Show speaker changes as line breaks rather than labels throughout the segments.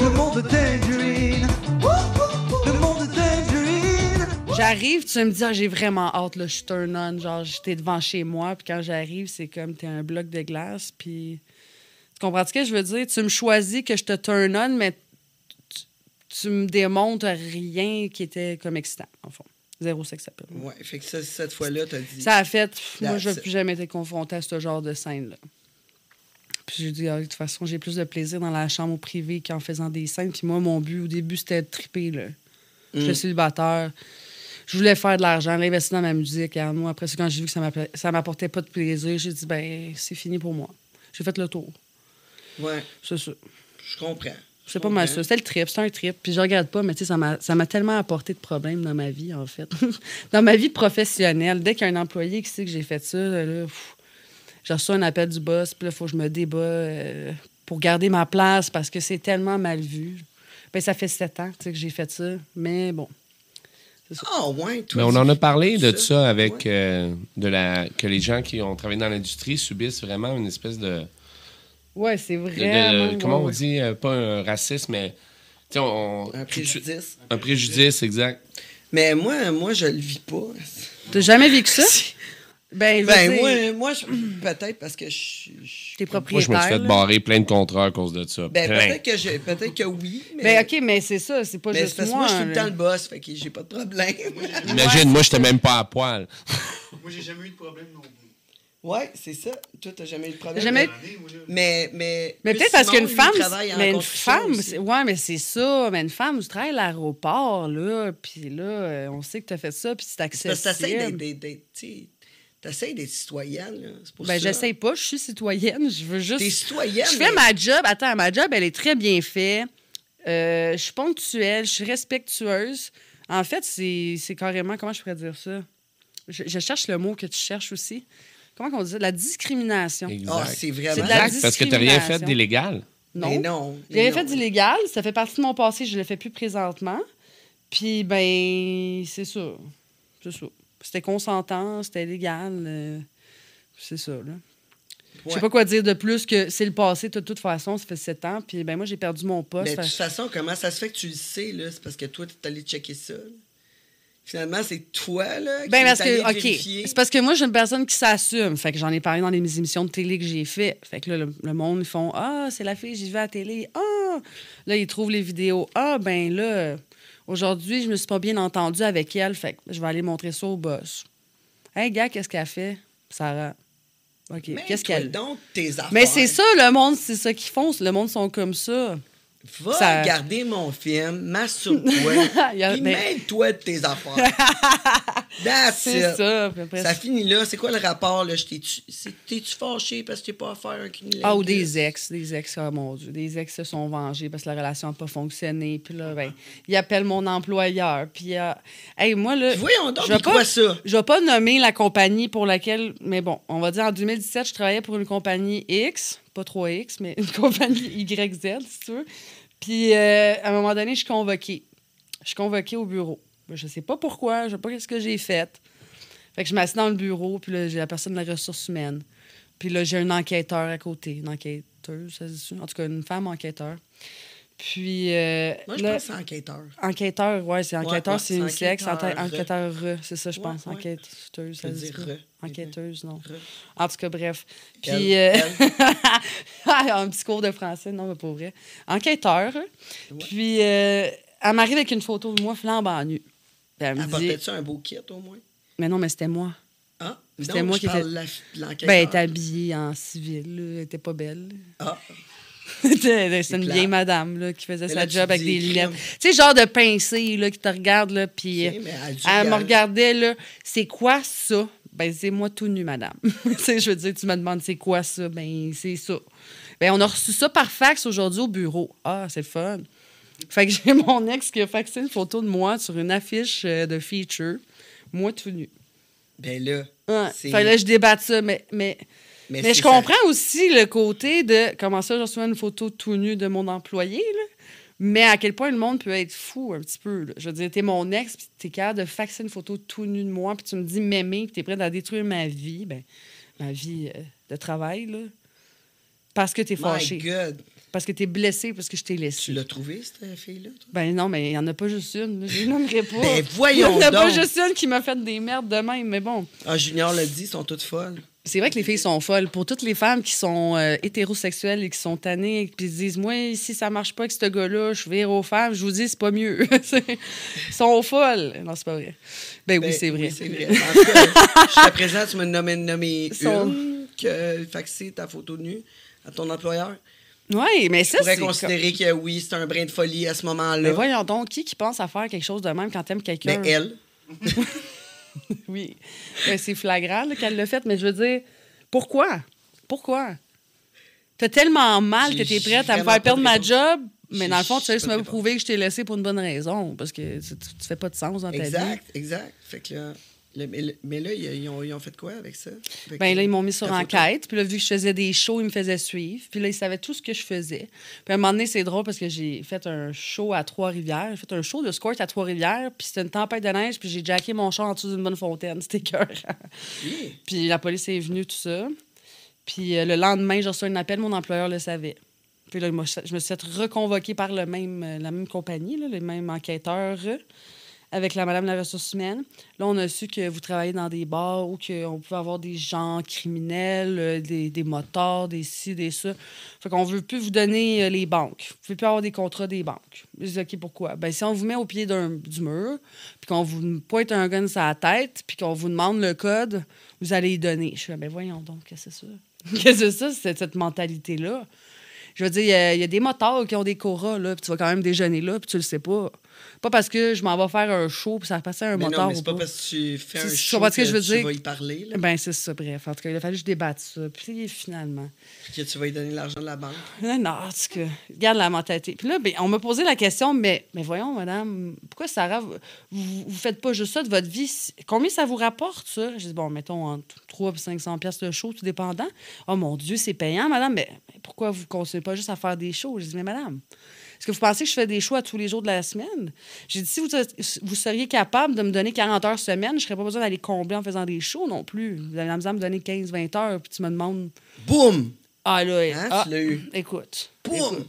Le monde de Tangerine. Le monde de Tangerine.
J'arrive, tu vas me dire, j'ai vraiment hâte, là, je suis turn on, genre, j'étais devant chez moi, puis quand j'arrive, c'est comme, t'es un bloc de glace, puis. Tu comprends ce que je veux dire? Tu me choisis que je te turn on, mais tu, tu me démontres rien qui était comme excitant, en fond. Zéro sexe appeal.
Ouais, fait que ça, cette fois-là, t'as dit.
Ça a fait, pff,
Là,
moi, je n'ai
c'est-
plus jamais été confrontée à ce genre de scène-là. Puis j'ai dit, Ah, de toute façon, j'ai plus de plaisir dans la chambre au privé qu'en faisant des scènes. Puis moi, mon but au début, c'était de triper, là. J'étais célibataire. Je voulais faire de l'argent, l'investir dans ma musique. Et moi, après ça, quand j'ai vu que ça m'appelait- ça m'apportait pas de plaisir, j'ai dit, ben, c'est fini pour moi. J'ai fait le tour.
Ouais,
C'est ça.
je comprends.
C'est pas mal
Je
ça. C'était le trip, c'était un trip. Puis je regarde pas, mais tu sais, ça m'a- ça m'a tellement apporté de problèmes dans ma vie, en fait. dans ma vie professionnelle. Dès qu'il y a un employé qui sait que j'ai fait ça, là, pff, je reçois un appel du boss, puis là, faut que je me débat euh, pour garder ma place parce que c'est tellement mal vu. Ben, ça fait sept ans tu sais, que j'ai fait ça, mais bon.
comprends. Ah, ouais, toi,
Mais on
tu-
en a parlé de
ça.
ça avec
Ouais.
euh, de la que les gens qui ont travaillé dans l'industrie subissent vraiment une espèce de,
Ouais, c'est
de-
vrai.
de- comment on dit euh, pas un racisme mais tu sais, on,
Un préjudice.
un préjudice exact.
Mais moi, moi, je le vis pas.
T'as jamais vécu ça? ben, je veux
Ben,
dire,
moi, moi je- peut-être parce que je. je-
t'es
Moi je
propriétaire.
me suis fait
là.
barrer plein de contrats à cause de ça.
Ben,
Plein.
peut-être que, je- peut-être que oui. Mais,
Ben, OK, mais c'est ça, c'est pas
mais c'est
juste
parce que
moi.
moi, je suis tout le
là.
temps le boss, fait que j'ai pas de problème.
Imagine, moi j'étais même pas à poil.
Moi, j'ai jamais eu de problème non plus.
ouais, c'est ça. Toi, t'as jamais eu de problème.
Jamais eu-
Année, moi, là,
Mais, mais,
Mais
Puis
peut-être parce
Simon,
qu'une
lui,
femme.
travaille en
Mais une
construction
aussi.
femme. c'est- Ouais, mais c'est ça. Mais une femme, tu travailles à l'aéroport, là. Puis là, euh, on sait que tu as fait ça, puis c'est
Parce que t'essayes d'être-
accessible.
d'être- d'être- t'sais, t'essayes d'être citoyenne, là. C'est pour
Ben,
ça.
j'essaye pas. Je suis citoyenne. Je veux juste.
T'es citoyenne,
Je fais
mais-
ma job. Attends, ma job, elle est très bien faite. Euh, je suis ponctuelle. Je suis respectueuse. En fait, c'est c'est carrément. Comment je pourrais dire ça? Je, je cherche le mot que tu cherches aussi. Comment on dit? ça? La discrimination.
Ah, c'est vraiment.
C'est de la
Exact, parce que t'as rien fait
discrimination.
d'illégal.
Mais non,
J'ai rien
mais
fait
non.
d'illégal. Ça fait partie de mon passé. Je le fais plus présentement. Puis, ben, c'est ça. C'est ça. C'était consentant, c'était légal. euh, c'est ça, là. Je sais
Ouais.
pas quoi dire de plus que c'est le passé, de toute façon, ça fait sept ans. Puis, ben, moi, j'ai perdu mon poste.
Mais de
Fait-
toute façon, comment ça se fait que tu le sais, là? C'est parce que toi, t'es allé checker ça. là. Finalement, c'est toi, là, qui
Ben,
est
parce
allé
que,
vérifier.
OK. C'est parce que moi, j'ai une personne qui s'assume. Fait que j'en ai parlé dans les mes émissions de télé que j'ai fait. Fait que là, le, le monde, ils font Ah, c'est la fille, j'y vais à la télé. Ah, là, ils trouvent les vidéos. Ah, ben là, aujourd'hui, je me suis pas bien entendue avec elle. Fait que je vais aller montrer ça au boss. Hey, gars, qu'est-ce qu'elle fait, Sarah? OK.
Mais
Qu'est-ce
toi
qu'elle.
donc tes affaires?
Mais c'est ça, le monde, c'est ça qu'ils font. Le monde sont comme ça.
Va
ça-
regarder mon film, masturbe-toi,
Il y a-
puis
mais-
mêle-toi de tes affaires. That's
C'est
it.
ça. puis après,
Ça finit là. C'est quoi le rapport, là? Je t'ai-tu- c'est- T'es-tu fâché parce que t'es pas affaire un cunnilingus?
Ah, ou des ex, des ex, oh mon Dieu, des ex se sont vengés parce que la relation n'a pas fonctionné. Puis là,
Ah.
ben, ils appellent mon employeur. Puis, euh, hey, moi, là.
Puis voyons donc,
je vais
puis
pas-
quoi ça?
Je vais pas nommer la compagnie pour laquelle. Mais bon, on va dire en 2017, je travaillais pour une compagnie X, pas 3X, mais une compagnie YZ, si tu veux. Puis, euh, à un moment donné, je suis convoquée. Je suis convoquée au bureau. Ben, Je sais pas pourquoi, je sais pas qu'est-ce que j'ai fait. Fait que je m'assieds dans le bureau, puis là, j'ai la personne de la ressource humaine. Puis là, j'ai un enquêteur à côté, une enquêteuse, ça se dit-tu? En tout cas, une femme enquêteur. Puis. euh,
Moi, je
là-
pense que c'est enquêteur.
Enquêteur, ouais, c'est enquêteur,
ouais,
c'est
c'est
une sexe.
enquêteur,
ente- Enquêteur, re, c'est ça, je
Ouais,
pense.
ouais.
Enquêteuse,
Je
ça
veux
se dit
dire
pas.
re.
Enquêteuse, non.
Re.
En tout cas, bref.
Quel-
Puis. euh, un petit cours de français, non, mais pour vrai. Enquêteur. Puis, euh, elle m'arrive avec une photo de moi flambant nu. Puis elle me dit.
Apportais-tu un beau kit, au moins?
Mais non, mais c'était moi.
Ah,
C'était
donc,
moi
je
qui
parle
étais-
de la- de l'enquêteur.
Ben, elle était habillée en civil, là, elle était pas belle.
Ah,
C'était c'était une
plate.
vieille madame là, qui faisait
Mais
sa
là, tu
job avec
dis
des lunettes.
crime.
Tu sais, genre de pincée là, qui te regarde, là, puis euh,
Ok, mais elle a dû
elle me
regarder.
regardait, là, c'est quoi ça? baisez-moi tout nu, madame. tu sais, je veux dire, tu me demandes c'est quoi ça? Ben, c'est ça. Ben, on a reçu ça par fax aujourd'hui au bureau. Ah, c'est le fun. Fait que j'ai mon ex qui a faxé une photo de moi sur une affiche euh, de feature. Moi tout nu.
Ben là.
Ouais.
c'est-
Fait que là, je débatte ça, mais, mais, mais,
Mais c'est
je
ça.
comprends aussi le côté de comment ça, je reçois une photo tout nue de mon employé, là. Mais à quel point le monde peut être fou un petit peu. là. Je veux dire, t'es mon ex, puis t'es capable de faxer une photo tout nue de moi, puis tu me dis mémé, que t'es prête à détruire ma vie, ben, ma vie euh, de travail, là. Parce que t'es
My
fâché,
God.
parce que t'es blessé, parce que je t'ai laissé.
Tu l'as trouvé, cette fille-là, toi?
Ben non, mais il n'y en a pas juste une. là. Je ne nommerai pas.
Ben voyons
Il n'y en a pas
donc.
juste une qui m'a fait des merdes de même, mais bon.
Ah, Junior l'a dit, ils sont toutes folles.
C'est vrai que les filles sont folles. Pour toutes les femmes qui sont euh, hétérosexuelles et qui sont tannées et qui se disent Moi, si ça marche pas avec ce gars-là, je vais aux femmes, je vous dis, c'est pas mieux. Ils sont folles. Non, c'est pas vrai. Ben,
Ben,
oui, c'est vrai.
c'est vrai. En tout cas, jusqu'à présent, tu me nommais nommé
Ils sont-
une que faxer ta photo nue à ton employeur.
Oui, mais
Tu
ça,
pourrais
c'est.
considérer que oui, c'est un brin de folie à ce
Mais
moment-là.
voyons donc, qui qui pense à faire quelque chose de même quand t'aimes quelqu'un?
Mais elle,
Oui. Ben, c'est flagrant là, qu'elle l'a fait, mais je veux dire, pourquoi? Pourquoi? T'as tellement mal que
J'ai-
t'es
j'ai
prête à me faire
vraiment pas de
perdre ma
réponse.
job, mais
J'ai-
dans le fond, tu
j'ai
veux juste
pas de
me
réponse.
prouver que je t'ai laissé pour une bonne raison, parce que tu, tu- tu fais pas de sens dans ta vie.
exact, exact. Fait que là, le- mais le- mais là, ils, ils ont, ils ont fait quoi avec ça? Avec,
Ben là, ils m'ont mis
ta
sur
photo?
enquête. Puis là, vu que je faisais des shows, ils me faisaient suivre. Puis là, ils savaient tout ce que je faisais. Puis à un moment donné, c'est drôle parce que j'ai fait un show à Trois-Rivières. J'ai fait un show de squirt à Trois-Rivières. Puis c'était une tempête de neige. Puis j'ai jacké mon chat en dessous d'une bonne fontaine. C'était cœur.
Oui.
Puis la police est venue, tout ça. Puis euh, le lendemain, j'ai reçu un appel. Mon employeur le savait. Puis là, il m'a- je me suis fait reconvoquer par le même, euh, la même compagnie, là, les mêmes enquêteurs, euh, avec la madame de la ressource humaine. Là, on a su que vous travaillez dans des bars où que on pouvait avoir des gens criminels, euh, des, des motards, des ci, des ça. Fait qu'on veut plus vous donner euh, les banques. Vous pouvez plus avoir des contrats des banques. Je dis, OK, pourquoi? Ben, si on vous met au pied d'un, du mur, puis qu'on vous pointe un gun sur la tête, puis qu'on vous demande le code, vous allez y donner. Je suis là, ben voyons donc, qu'est-ce que c'est ça? qu'est-ce que c'est ça, cette, cette mentalité-là? Je veux dire, il y a- il y, a des motards qui ont des coras, là, puis tu vas quand même déjeuner là, puis tu le sais pas. Pas parce que je m'en vais faire un show, puis ça va passer à un
Mais
motard
non, mais
ou
c'est
pas.
pas parce que tu fais
Tu-
un
tu
show
comprends
que
ce que je veux
tu
dire?
vas y parler, là,
Ben, c'est ça, bref. En tout cas, il a fallu que je débatte ça. Puis finalement.
que tu vas y donner l'argent de la banque.
Non, non, en tout cas, regarde la mentalité. Puis là, ben, on m'a posé la question, mais, mais voyons, madame, pourquoi Sarah, vous, vous vous faites pas juste ça de votre vie? Si- Combien ça vous rapporte, ça? J'ai dit, bon, mettons, entre 3 et 500 pièces de show, tout dépendant. Oh mon Dieu, c'est payant, madame, mais, mais pourquoi vous continuez pas juste à faire des shows? J'ai dit, mais madame, est-ce que vous pensez que je fais des shows à tous les jours de la semaine? J'ai dit, si vous, vous seriez capable de me donner 40 heures semaine, je serais pas besoin d'aller combler en faisant des shows non plus. Vous avez la misère à me donner 15-20 heures, puis tu me demandes...
Boum!
Ah là,
Hein,
ah,
tu l'as eu.
écoute.
Boum!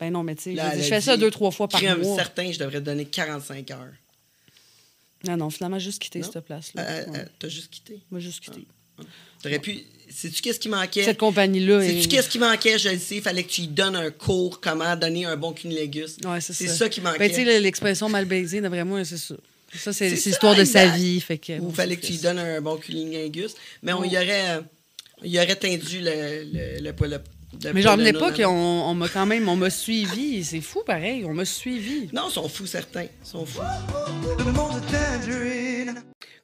Ben non, mais tu sais, je
Là,
veux
elle
dire, je
a
fais ça
dit,
deux, trois fois par
Crème,
mois.
certain, je devrais te donner 45 heures.
Non, non, finalement, juste quitter
Non?
cette place-là.
Euh,
Ouais.
euh, T'as juste quitté.
Moi, juste quitter.
T'aurais pu. Sais-tu qu'est-ce qui manquait?
Cette compagnie-là.
Sais-tu
est-
qu'est-ce qui manquait? Je le sais, fallait que tu lui donnes un cours comment donner un bon cunilégus.
Ouais,
c'est
c'est
ça.
ça.
qui manquait.
Ben, tu sais, l'expression mal baisée, d'après moi, c'est ça. Ça, c'est
C'est
c'est
ça,
l'histoire de sa
exact.
vie. Fait que,
Ou
bon,
fallait
c'est
que tu lui
ça.
donnes un bon cunilingus. Mais on y aurait, euh, on y aurait tendu le, le, le poil- le
Mais j'en
poil de
venais pas
nonne.
qu'on on m'a quand même, on m'a suivi. C'est fou, pareil, on m'a suivi.
Non, ils sont fous, certains. Ils sont fous.